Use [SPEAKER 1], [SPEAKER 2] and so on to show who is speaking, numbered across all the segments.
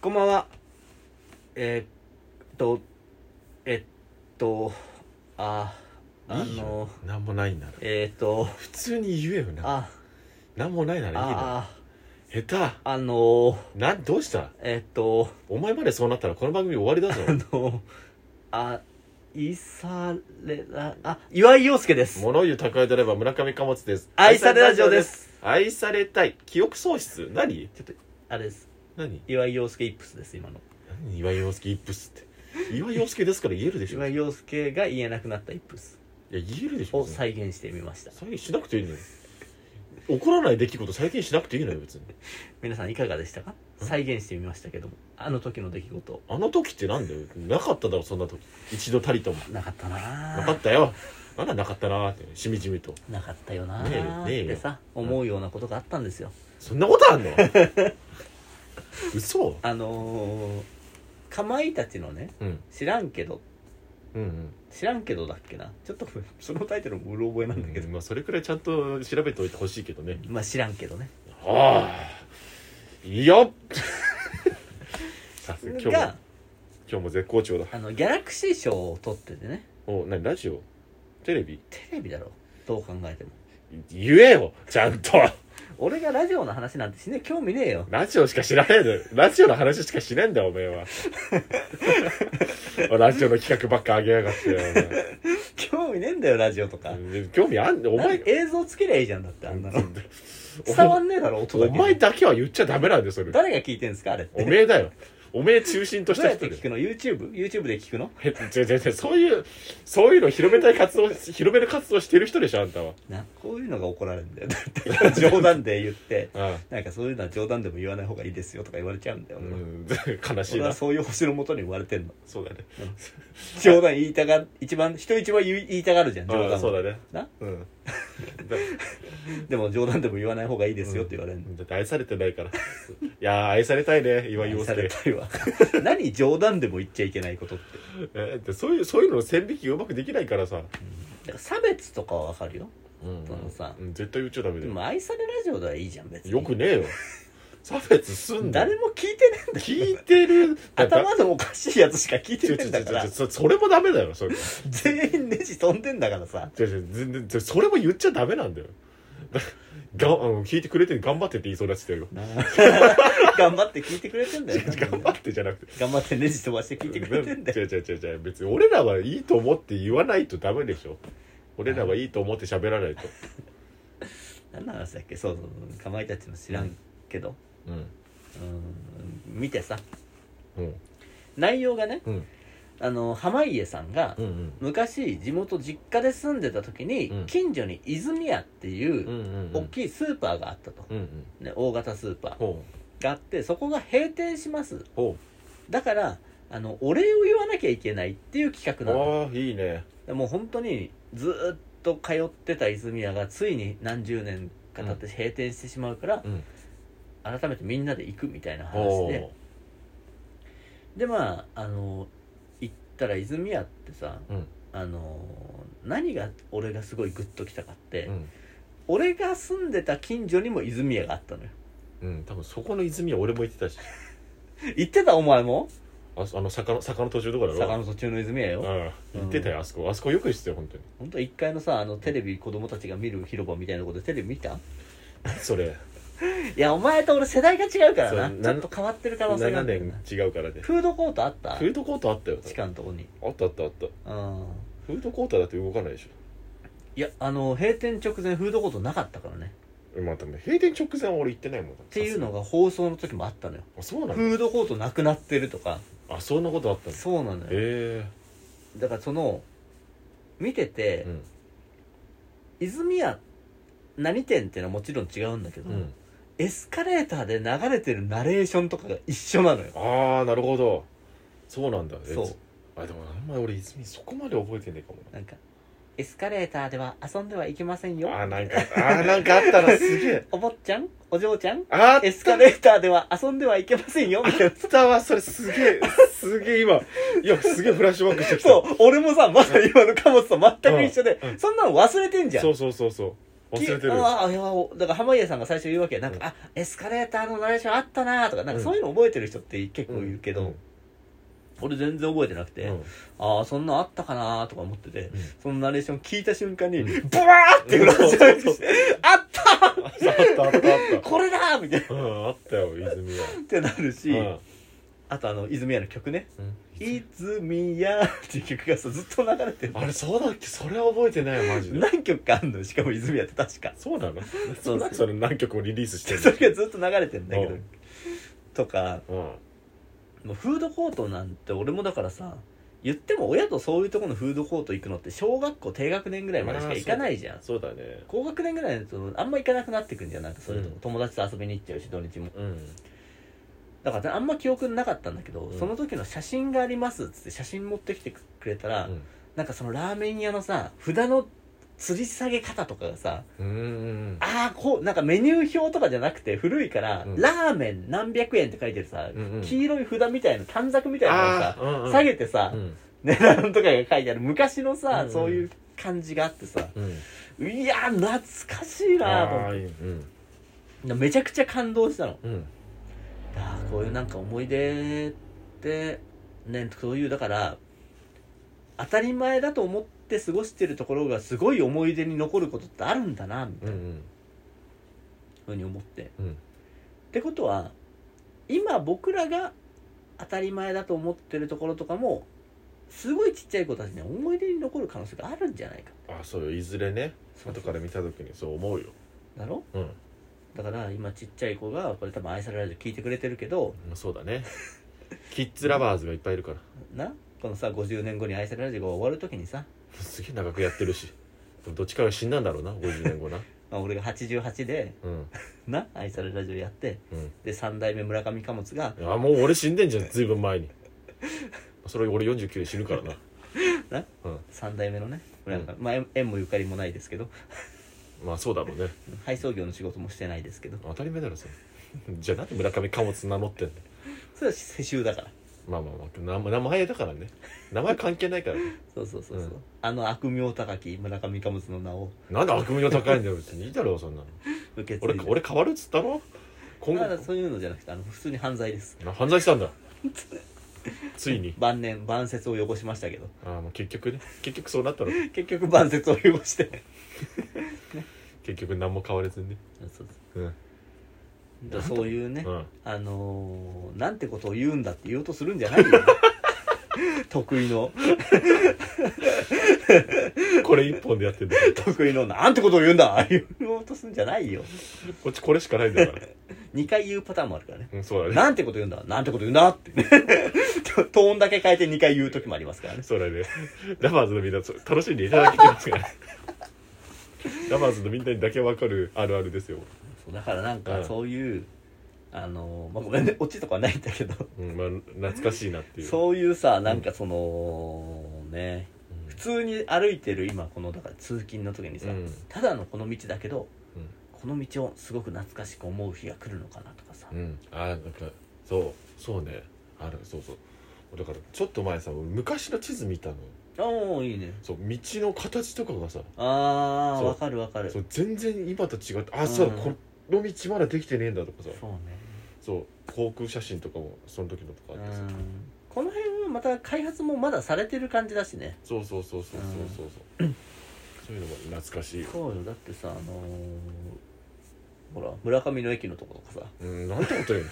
[SPEAKER 1] こんばんは。えーっと、えっと、あ、あ
[SPEAKER 2] いい
[SPEAKER 1] の
[SPEAKER 2] よ、なんもないなら
[SPEAKER 1] えーっと、
[SPEAKER 2] 普通に言えよな
[SPEAKER 1] あ、
[SPEAKER 2] なんもないならいいだ
[SPEAKER 1] あ、
[SPEAKER 2] 下
[SPEAKER 1] ああの、
[SPEAKER 2] 手なんどうした
[SPEAKER 1] えーっと、
[SPEAKER 2] お前までそうなったらこの番組終わりだぞ
[SPEAKER 1] あの、あ、いされら、あ、岩井陽介です。
[SPEAKER 2] 物言う宅配ドライバー村上貨物です
[SPEAKER 1] 愛されラジオです。
[SPEAKER 2] 愛されたい記憶喪失何
[SPEAKER 1] ちょっと、あれです。
[SPEAKER 2] 何
[SPEAKER 1] 岩井陽介イップスです、今の。
[SPEAKER 2] 何岩井陽介イップスって岩井陽介ですから言えるでしょ
[SPEAKER 1] 岩
[SPEAKER 2] い
[SPEAKER 1] 井陽介が言えなくなったイップス
[SPEAKER 2] や言えるでしょ
[SPEAKER 1] を
[SPEAKER 2] 別に
[SPEAKER 1] 再現してみました。
[SPEAKER 2] 再現しなくていいのよ怒らない出来事再現しなくていいのよ別に
[SPEAKER 1] 皆さんいかがでしたか再現してみましたけども、あの時の出来事を。
[SPEAKER 2] あの時ってなんだよなかっただろそんな時一度たりとも
[SPEAKER 1] なかったな
[SPEAKER 2] なかったよあらなかったなーってしみじみと
[SPEAKER 1] なかったよな
[SPEAKER 2] ねえよ
[SPEAKER 1] ー
[SPEAKER 2] ねえ
[SPEAKER 1] っ
[SPEAKER 2] よ
[SPEAKER 1] てさ思うようなことがあったんですよ
[SPEAKER 2] そんなことあんの 嘘
[SPEAKER 1] あのー、かまいたちのね
[SPEAKER 2] うん
[SPEAKER 1] 知らんけど
[SPEAKER 2] うんうん
[SPEAKER 1] 知らんけどだっけなちょっと そのタイトルもうろ覚えなんだけど、
[SPEAKER 2] まあそれくらいちゃんと調べておいてほしいけどね
[SPEAKER 1] まあ知らんけどね
[SPEAKER 2] ああいいよさすが今日も
[SPEAKER 1] が
[SPEAKER 2] 今日も絶好調だ
[SPEAKER 1] あのギャラクシー賞を取っててね
[SPEAKER 2] お何ラジオテレビ
[SPEAKER 1] テレビだろどう考えても
[SPEAKER 2] 言えよちゃんと
[SPEAKER 1] 俺がラジオの話なんてしね興味ねえよ
[SPEAKER 2] ラジオしか知らねえのよラジオの話しかしねえんだよおめえは ラジオの企画ばっか上げやがってよ
[SPEAKER 1] 興味ねえんだよラジオと
[SPEAKER 2] お
[SPEAKER 1] か
[SPEAKER 2] 前興味あんお前
[SPEAKER 1] なん映像つけりゃいいじゃんだってあんなの伝
[SPEAKER 2] お
[SPEAKER 1] わんねえだろ音だ
[SPEAKER 2] お
[SPEAKER 1] けで
[SPEAKER 2] 前だけは言っちゃダメなんだよそれ
[SPEAKER 1] 誰が聞いてんですかあれって
[SPEAKER 2] おめえだよおめえ中心とし
[SPEAKER 1] どうや
[SPEAKER 2] た
[SPEAKER 1] って
[SPEAKER 2] 人
[SPEAKER 1] 聞く
[SPEAKER 2] で
[SPEAKER 1] の YouTube?YouTube で聞くの
[SPEAKER 2] え違う違う違うそういうそういうの広めたい活動広める活動してる人でしょあんたは
[SPEAKER 1] なこういうのが怒られるんだよ だって冗談で言って
[SPEAKER 2] あ
[SPEAKER 1] なんかそういうのは冗談でも言わない方がいいですよとか言われちゃうんだよ、
[SPEAKER 2] あ、う
[SPEAKER 1] 俺
[SPEAKER 2] ん、 悲しい
[SPEAKER 1] 俺は
[SPEAKER 2] な
[SPEAKER 1] そういう星のもとに生まれてんの
[SPEAKER 2] そうだね
[SPEAKER 1] 冗談言いたが一番人一番言い言いたがるじゃん冗
[SPEAKER 2] ああ
[SPEAKER 1] 談
[SPEAKER 2] そうだね
[SPEAKER 1] な
[SPEAKER 2] うん
[SPEAKER 1] でも冗談でも言わない方がいいですよって言われるの、
[SPEAKER 2] だって愛されてないからいやー愛されたいね岩井陽
[SPEAKER 1] 愛され
[SPEAKER 2] 介
[SPEAKER 1] たいわ 何冗談でも言っちゃいけないことって
[SPEAKER 2] えでそういうそういうのの線引きがうまくできないからさ、
[SPEAKER 1] だから差別とかはわかるよ
[SPEAKER 2] うん
[SPEAKER 1] そのさ
[SPEAKER 2] うん、絶対言っちゃダメ
[SPEAKER 1] で
[SPEAKER 2] だよ
[SPEAKER 1] も愛されラジオではいいじゃん別に
[SPEAKER 2] よくねえよ差別すんだよ
[SPEAKER 1] 誰も聞いてねえんだよ
[SPEAKER 2] 聞いてる
[SPEAKER 1] 頭のおかしいやつしか聞い
[SPEAKER 2] ち
[SPEAKER 1] て
[SPEAKER 2] ょ
[SPEAKER 1] ねえ
[SPEAKER 2] ちょ
[SPEAKER 1] ん
[SPEAKER 2] ち
[SPEAKER 1] だ
[SPEAKER 2] ょ
[SPEAKER 1] から
[SPEAKER 2] ちょそれもダメだよそれ
[SPEAKER 1] 全員ネジ飛んでんだからさ
[SPEAKER 2] 違う違う全然違うそれも言っちゃダメなんだよ だがあの聞いてくれてる頑張ってって言いそうになってたよ
[SPEAKER 1] 頑張って聞いてくれてんだよ
[SPEAKER 2] 頑張ってじゃなくて
[SPEAKER 1] 頑張ってネジ飛ばして聞いてくれてんだよ
[SPEAKER 2] 違う違う違う違う別に俺らはいいと思って言わないとダメでしょ俺らはいいと思って喋らないと
[SPEAKER 1] 何の話だっけそうそうそうかまいたちの知らんけど、
[SPEAKER 2] う
[SPEAKER 1] う
[SPEAKER 2] ん
[SPEAKER 1] ん、見てさ
[SPEAKER 2] うん
[SPEAKER 1] 内容がね
[SPEAKER 2] うん
[SPEAKER 1] あの濱家さんが
[SPEAKER 2] うん
[SPEAKER 1] 昔地元実家で住んでた時に、
[SPEAKER 2] うん
[SPEAKER 1] 近所に泉屋っていううん
[SPEAKER 2] うん
[SPEAKER 1] 大きいスーパーがあったと、
[SPEAKER 2] うんうん
[SPEAKER 1] ね、大型スーパー
[SPEAKER 2] ほ
[SPEAKER 1] があってそこが閉店します
[SPEAKER 2] うほ
[SPEAKER 1] だからあのお礼を言わなきゃいけないっていう企画
[SPEAKER 2] う
[SPEAKER 1] なんだ
[SPEAKER 2] ああいいね
[SPEAKER 1] でもう本当にずーっと通ってた泉屋がついに何十年か経って閉店してしまうから、
[SPEAKER 2] うん
[SPEAKER 1] 改めてみんなで行くみたいな話
[SPEAKER 2] ほ
[SPEAKER 1] ででまああの行ったら泉屋ってさ、
[SPEAKER 2] うん
[SPEAKER 1] あの何が俺がすごいグッときたかって、
[SPEAKER 2] ううん
[SPEAKER 1] 俺が住んでた近所にも泉屋があったのよ
[SPEAKER 2] うん多分そこの泉は俺も行ってたし
[SPEAKER 1] 行ってたお前も
[SPEAKER 2] ああの坂の坂の途中とかだろ
[SPEAKER 1] 坂の途中の泉屋よ、
[SPEAKER 2] うん行ってたよあそこあそこよくしてよ本当に
[SPEAKER 1] 本当一階のさあのテレビ子供たちが見る広場みたいなとことでテレビ見た
[SPEAKER 2] それ
[SPEAKER 1] いやお前と俺世代が違うから
[SPEAKER 2] そう
[SPEAKER 1] なちょっと変わってる可能性がある
[SPEAKER 2] 7
[SPEAKER 1] んだよな
[SPEAKER 2] 年違うからね
[SPEAKER 1] フードコートあった
[SPEAKER 2] フードコートあったよ
[SPEAKER 1] 地下のとこに
[SPEAKER 2] あったあったあった
[SPEAKER 1] うん
[SPEAKER 2] フードコートだって動かないでし
[SPEAKER 1] いやあの閉店直前フードコートなかったからね
[SPEAKER 2] ょまあ多分閉店直前は俺行ってないもんっ
[SPEAKER 1] っていうのが放送の時もあったのよ
[SPEAKER 2] あそうなんだ
[SPEAKER 1] フードコートなくなってるとか
[SPEAKER 2] あそんなことあったんだ
[SPEAKER 1] そうなのよ
[SPEAKER 2] へ
[SPEAKER 1] だからその見て
[SPEAKER 2] え
[SPEAKER 1] て
[SPEAKER 2] うん
[SPEAKER 1] 泉屋何店っていうのはもちろん違うんだけど、
[SPEAKER 2] うん
[SPEAKER 1] エスカレーターで流れてるナレーションとかが一緒なのよ
[SPEAKER 2] ああなるほどそうなんだえ
[SPEAKER 1] そう
[SPEAKER 2] あでもあんまり俺泉そこまで覚えてないかも
[SPEAKER 1] なんかエスカレーターでは遊んではいけませんよ
[SPEAKER 2] なあーなんかあーなんかあったら すげえ
[SPEAKER 1] お坊ちゃんお嬢ちゃん
[SPEAKER 2] あー
[SPEAKER 1] エスカレーターでは遊んではいけませんよみたいな
[SPEAKER 2] あったわそれすげえすげえ今いやすげえフラッシュバックしてきた
[SPEAKER 1] そう、俺もさ、まさに今の貨物と全く一緒で、そんなの忘れてんじゃん。
[SPEAKER 2] そうそうそうそう忘れてる
[SPEAKER 1] ああいやだから濱家さんが最初言うわけなんか、
[SPEAKER 2] うん
[SPEAKER 1] あエスカレーターのナレーションあったなとかなんかそういうの覚えてる人って結構いるけど、俺全然覚えてなくて、
[SPEAKER 2] うん
[SPEAKER 1] ああそんなんあったかなとか思ってて、
[SPEAKER 2] ん
[SPEAKER 1] そのナレーション聞いた瞬間に、
[SPEAKER 2] う
[SPEAKER 1] ブワーって裏返して
[SPEAKER 2] そうそう
[SPEAKER 1] あった
[SPEAKER 2] あったあったあった
[SPEAKER 1] これだみたいな
[SPEAKER 2] うんあったよ泉は
[SPEAKER 1] ってなるし、
[SPEAKER 2] うん
[SPEAKER 1] あとあの泉谷の曲ね
[SPEAKER 2] うん
[SPEAKER 1] 「泉谷」っていう曲がさずっと流れてる
[SPEAKER 2] あれそうだっけそれは覚えてないマジで
[SPEAKER 1] 何曲かあんのしかも泉谷って確か
[SPEAKER 2] そうなの
[SPEAKER 1] そ
[SPEAKER 2] そううそれ何曲もリリースし
[SPEAKER 1] で
[SPEAKER 2] てる
[SPEAKER 1] それがずっと流れてんだけど、
[SPEAKER 2] うん
[SPEAKER 1] とか
[SPEAKER 2] うん
[SPEAKER 1] もうフードコートなんて俺もだからさ言っても親とそういうところのフードコート行くのって小学校低学年ぐらいまでしか行かないじゃん
[SPEAKER 2] そうだね
[SPEAKER 1] 高学年ぐらいだとあんま行かなくなってくんじゃんなんかそういうとこ
[SPEAKER 2] うん
[SPEAKER 1] 友達と遊びに行っちゃうし土日も
[SPEAKER 2] うん
[SPEAKER 1] だからあんま記憶なかったんだけど、
[SPEAKER 2] うん
[SPEAKER 1] その時の写真がありますっつって写真持ってきてくれたら、なんかそのラーメン屋のさ札の吊り下げ方とかがさ
[SPEAKER 2] うん
[SPEAKER 1] ああこうなんかメニュー表とかじゃなくて古いから、
[SPEAKER 2] うん
[SPEAKER 1] ラーメン何百円って書いてるさ、
[SPEAKER 2] うんうん
[SPEAKER 1] 黄色い札みたいな短冊みたいなのをさ、
[SPEAKER 2] あーうんうん
[SPEAKER 1] 下げてさ、
[SPEAKER 2] うん
[SPEAKER 1] 値段とかが書いてある昔のさ、
[SPEAKER 2] うん
[SPEAKER 1] そういう感じがあってさ
[SPEAKER 2] うん
[SPEAKER 1] いやー懐かしいなーと思
[SPEAKER 2] あ
[SPEAKER 1] っ
[SPEAKER 2] ーいいうん
[SPEAKER 1] てめちゃくちゃ感動したの
[SPEAKER 2] うん
[SPEAKER 1] あーこういうなんか思い出ってねそういうだから当たり前だと思って過ごしてるところがすごい思い出に残ることってあるんだなみたい
[SPEAKER 2] うんう
[SPEAKER 1] なんふうに思って、
[SPEAKER 2] うん
[SPEAKER 1] ってことは今僕らが当たり前だと思ってるところとかもすごいちっちゃい子たちには思い出に残る可能性があるんじゃないか
[SPEAKER 2] あそうよいずれね後から見た時にそう思うよ
[SPEAKER 1] だろ
[SPEAKER 2] うん
[SPEAKER 1] だから今ちっちゃい子がこれ多分愛されラジオ聞いてくれてるけど
[SPEAKER 2] そうだねキッズラバーズがいっぱいいるから
[SPEAKER 1] なこのさ50年後に愛されラジオが終わる時にさ、
[SPEAKER 2] すげえ長くやってるしどっちかが死んだんだろうな50年後な
[SPEAKER 1] まあ、俺が88で
[SPEAKER 2] うん
[SPEAKER 1] な愛されラジオやって
[SPEAKER 2] うん
[SPEAKER 1] で3代目村上貨物が
[SPEAKER 2] あもう俺死んでんじゃんずいぶん前にそれ俺49で死ぬからな
[SPEAKER 1] な
[SPEAKER 2] うん
[SPEAKER 1] 3代目のね村上、まあ縁縁もゆかりもないですけど
[SPEAKER 2] まあそうだろうね
[SPEAKER 1] 配送業の仕事もしてないですけど
[SPEAKER 2] 当たり前だろそれじゃあなんで村上貨物名乗ってんの
[SPEAKER 1] それは世襲だから
[SPEAKER 2] まあまあまあ名名前だからね名前関係ないからね
[SPEAKER 1] そうそうそうそう、
[SPEAKER 2] うん
[SPEAKER 1] あの悪名高き村上貨物の名を
[SPEAKER 2] なんで悪名高いんだよ別にいいだろうそんなの
[SPEAKER 1] 受け継い
[SPEAKER 2] 俺
[SPEAKER 1] で
[SPEAKER 2] 俺変わるっつったろ今
[SPEAKER 1] ただ
[SPEAKER 2] 後
[SPEAKER 1] そういうのじゃなくてあの普通に犯罪です
[SPEAKER 2] な犯罪したんだついに
[SPEAKER 1] 晩年晩節を汚しましたけど
[SPEAKER 2] ああもう結局ね結局そうなったの
[SPEAKER 1] 結局晩節を汚して
[SPEAKER 2] 結局何も変われずにね
[SPEAKER 1] そう
[SPEAKER 2] うん
[SPEAKER 1] だからそういうね、
[SPEAKER 2] うん
[SPEAKER 1] あのー、なんてことを言うんだって言おうとするんじゃないよ 得意の
[SPEAKER 2] これ一本でやってんだ
[SPEAKER 1] 得意のなんてことを言うんだ言おうとするんじゃないよ
[SPEAKER 2] こっちこれしかないんだから
[SPEAKER 1] 2回言うパターンもあるからね
[SPEAKER 2] うんそうだね
[SPEAKER 1] なんてこと言うんだなんてこと言うんだって トトーンだけ変えて2回言う時もありますからね
[SPEAKER 2] そうだねラバーズのみんなそう楽しんでいただけてま すからラバーズのみんなにだけわかるあるあるですよ
[SPEAKER 1] そうだからなん
[SPEAKER 2] う
[SPEAKER 1] か
[SPEAKER 2] ん
[SPEAKER 1] そういう、あのー、まあ、ごめんねオチとかはないんだけど
[SPEAKER 2] うんまあ懐かしいなっていうう、
[SPEAKER 1] そういうさなんかその、ね
[SPEAKER 2] ん
[SPEAKER 1] 普通に歩いてる今このだから通勤の時にさ、
[SPEAKER 2] うん
[SPEAKER 1] ただのこの道だけど
[SPEAKER 2] うん
[SPEAKER 1] この道をすごく懐かしく思う日が来るのかなとかさ、
[SPEAKER 2] うん、あーなんかそうそうねあるそうそうだからちょっと前さ俺昔の地図見たのよ
[SPEAKER 1] おおいいね
[SPEAKER 2] そう道の形とかがさ
[SPEAKER 1] あー
[SPEAKER 2] そう
[SPEAKER 1] わかるわかるそ
[SPEAKER 2] そうう全然今と違ってあそう、
[SPEAKER 1] うん
[SPEAKER 2] この道まだできてねえんだとかさ
[SPEAKER 1] ね
[SPEAKER 2] そう航空写真とかもその時のとかあ
[SPEAKER 1] う
[SPEAKER 2] ってさ
[SPEAKER 1] んこの辺はまた開発もまだされてる感じだしね
[SPEAKER 2] そうそうそうそうそうそうそう、 そういうのも懐かしいよ
[SPEAKER 1] そうよだってさあのーほら村上の駅のとことかさ
[SPEAKER 2] うんなんてこと言うの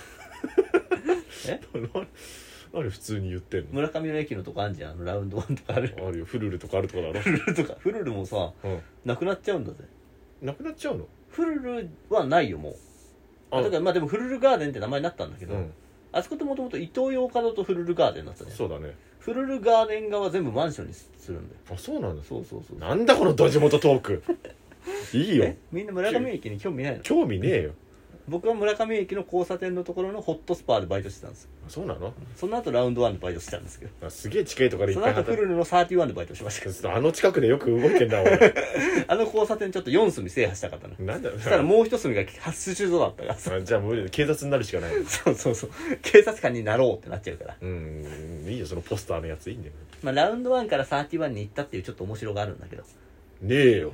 [SPEAKER 1] え
[SPEAKER 2] な 何普通に言ってんの
[SPEAKER 1] 村上の駅のとこあんじゃんあのラウンドワンとかある
[SPEAKER 2] あるよフルルとかあるとこだろ
[SPEAKER 1] フ、ルルとかフルルもさ
[SPEAKER 2] う
[SPEAKER 1] なくなっちゃうんだぜ
[SPEAKER 2] ん、なくなっちゃうの
[SPEAKER 1] フルルはないよもうあだからまあでもフルルガーデンって名前になったんだけど、
[SPEAKER 2] うん、
[SPEAKER 1] あそこってもともと伊東洋華堂とフルルガーデンだったね
[SPEAKER 2] そうだね
[SPEAKER 1] フルルガーデン側は全部マンションにするんだよ
[SPEAKER 2] あそうなんだ
[SPEAKER 1] そうそうそう
[SPEAKER 2] なんだこのドジ元トーク いいよ
[SPEAKER 1] えみんな村上駅に興味ないの
[SPEAKER 2] 興味ねえよ
[SPEAKER 1] 僕は村上駅の交差点のところのホットスパーでバイトしてたんですよ
[SPEAKER 2] あそうなの
[SPEAKER 1] その後ラウンドワンでバイトしてたんですけど
[SPEAKER 2] あすげえ近いとこでい
[SPEAKER 1] そ
[SPEAKER 2] っ
[SPEAKER 1] の
[SPEAKER 2] ぱい
[SPEAKER 1] 後
[SPEAKER 2] 働
[SPEAKER 1] フ
[SPEAKER 2] い
[SPEAKER 1] ル
[SPEAKER 2] て
[SPEAKER 1] ルの31でバイトしま したけど
[SPEAKER 2] あの近くでよく動いてん だ俺
[SPEAKER 1] あの交差点ちょっと4隅制覇したかったな
[SPEAKER 2] なんだよ
[SPEAKER 1] そしたらもう一隅が発出所だったから
[SPEAKER 2] あじゃあ無理だ警察になるしかない
[SPEAKER 1] そうそうそう警察官になろうってなっちゃうから、
[SPEAKER 2] うんいいよそのポスターのやついいんだよ
[SPEAKER 1] まあ、ラウンドワンから31に行ったっていうちょっと面白があるんだけど
[SPEAKER 2] ねえよ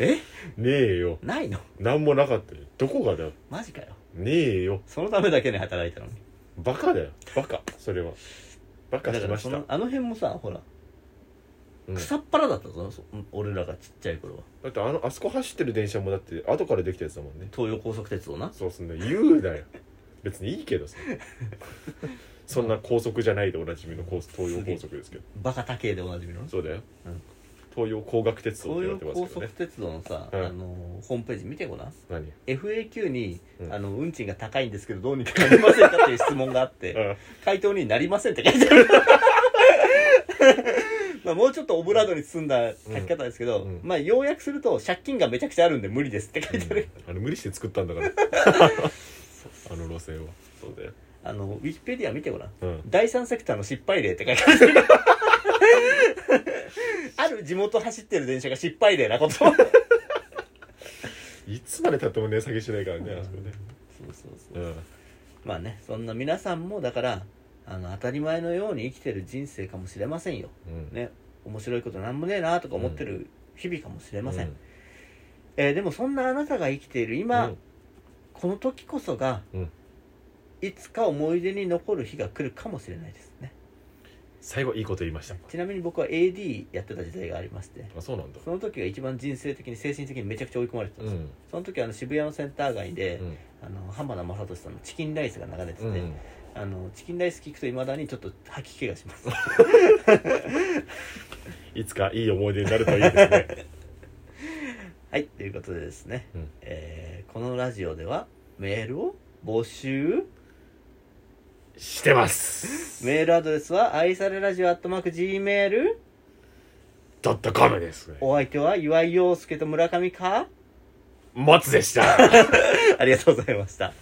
[SPEAKER 1] え
[SPEAKER 2] ねえよ
[SPEAKER 1] ないの
[SPEAKER 2] 何もなかったよどこがだよ
[SPEAKER 1] マジかよ
[SPEAKER 2] ねえよ
[SPEAKER 1] そのためだけに働いたのに
[SPEAKER 2] バカだよバカそれはバカ
[SPEAKER 1] だ
[SPEAKER 2] し
[SPEAKER 1] か
[SPEAKER 2] ま
[SPEAKER 1] ら
[SPEAKER 2] し
[SPEAKER 1] そ
[SPEAKER 2] た
[SPEAKER 1] のあの辺もさほら
[SPEAKER 2] うん
[SPEAKER 1] 草っぱらだったぞ、そ俺らがちっちゃい頃は
[SPEAKER 2] だってあのあそこ走ってる電車もだって後からできたやつだもんね
[SPEAKER 1] 東洋高速鉄道な
[SPEAKER 2] そうすんな言うなよ別にいいけ どさそんな高速じゃないでおなじみの高速東洋高速ですけど
[SPEAKER 1] バカ高えでおなじみの
[SPEAKER 2] そうだよ、
[SPEAKER 1] うん
[SPEAKER 2] 東洋工学鉄道って
[SPEAKER 1] 東洋
[SPEAKER 2] 言われてます
[SPEAKER 1] 高
[SPEAKER 2] けど
[SPEAKER 1] 速
[SPEAKER 2] ね
[SPEAKER 1] 鉄道のさ、
[SPEAKER 2] うん
[SPEAKER 1] あのーホームページ見てごらん
[SPEAKER 2] 何
[SPEAKER 1] FAQ に、
[SPEAKER 2] うん
[SPEAKER 1] あの運賃が高いんですけどどうにかなりませんかっていう質問があって、
[SPEAKER 2] あ
[SPEAKER 1] 回答になりませんって書いてある まあもうちょっとオブラードに包んだ書き方ですけど、
[SPEAKER 2] うんうん
[SPEAKER 1] まあ要約すると借金がめちゃくちゃあるんで無理ですって書いてある、
[SPEAKER 2] あの無理して作ったんだから あの路線はそうだよ、
[SPEAKER 1] あのウィキペディア見てごらん
[SPEAKER 2] うん、
[SPEAKER 1] 第三セクターの失敗例って書いてある ある地元走ってる電車が失敗例なことそう
[SPEAKER 2] いつまでたっても値下げしないからねあそこね
[SPEAKER 1] そうそううんまあねそんな皆さんもだからあの当たり前のように生きてる人生かもしれませんよ
[SPEAKER 2] うん
[SPEAKER 1] ね面白いことなんもねえなとか思ってる日々かもしれません、
[SPEAKER 2] うん
[SPEAKER 1] えーでもそんなあなたが生きている今、
[SPEAKER 2] うん
[SPEAKER 1] この時こそが、
[SPEAKER 2] うん
[SPEAKER 1] いつか思い出に残る日が来るかもしれないですね
[SPEAKER 2] 最後いいこと言いました
[SPEAKER 1] ちなみに僕は AD やってた時代がありまして
[SPEAKER 2] あそうなんだ
[SPEAKER 1] その時が一番人生的に精神的にめちゃくちゃ追い込まれてたん
[SPEAKER 2] う
[SPEAKER 1] ですよ、
[SPEAKER 2] ん
[SPEAKER 1] その時はあの渋谷のセンター街で、
[SPEAKER 2] うん
[SPEAKER 1] あの浜田雅俊さんのチキンライスが流れてて、
[SPEAKER 2] うん
[SPEAKER 1] あのチキンライス聞くといまだにちょっと吐き気がします
[SPEAKER 2] いつかいい思い出になるといいですね
[SPEAKER 1] はいということでですね、
[SPEAKER 2] うん
[SPEAKER 1] えーこのラジオではメールを募集
[SPEAKER 2] してます
[SPEAKER 1] メールアドレスは愛されラジオアットマーク Gmail
[SPEAKER 2] ドットコムですね
[SPEAKER 1] お相手は岩井陽介と村上か
[SPEAKER 2] 松でした
[SPEAKER 1] ありがとうございました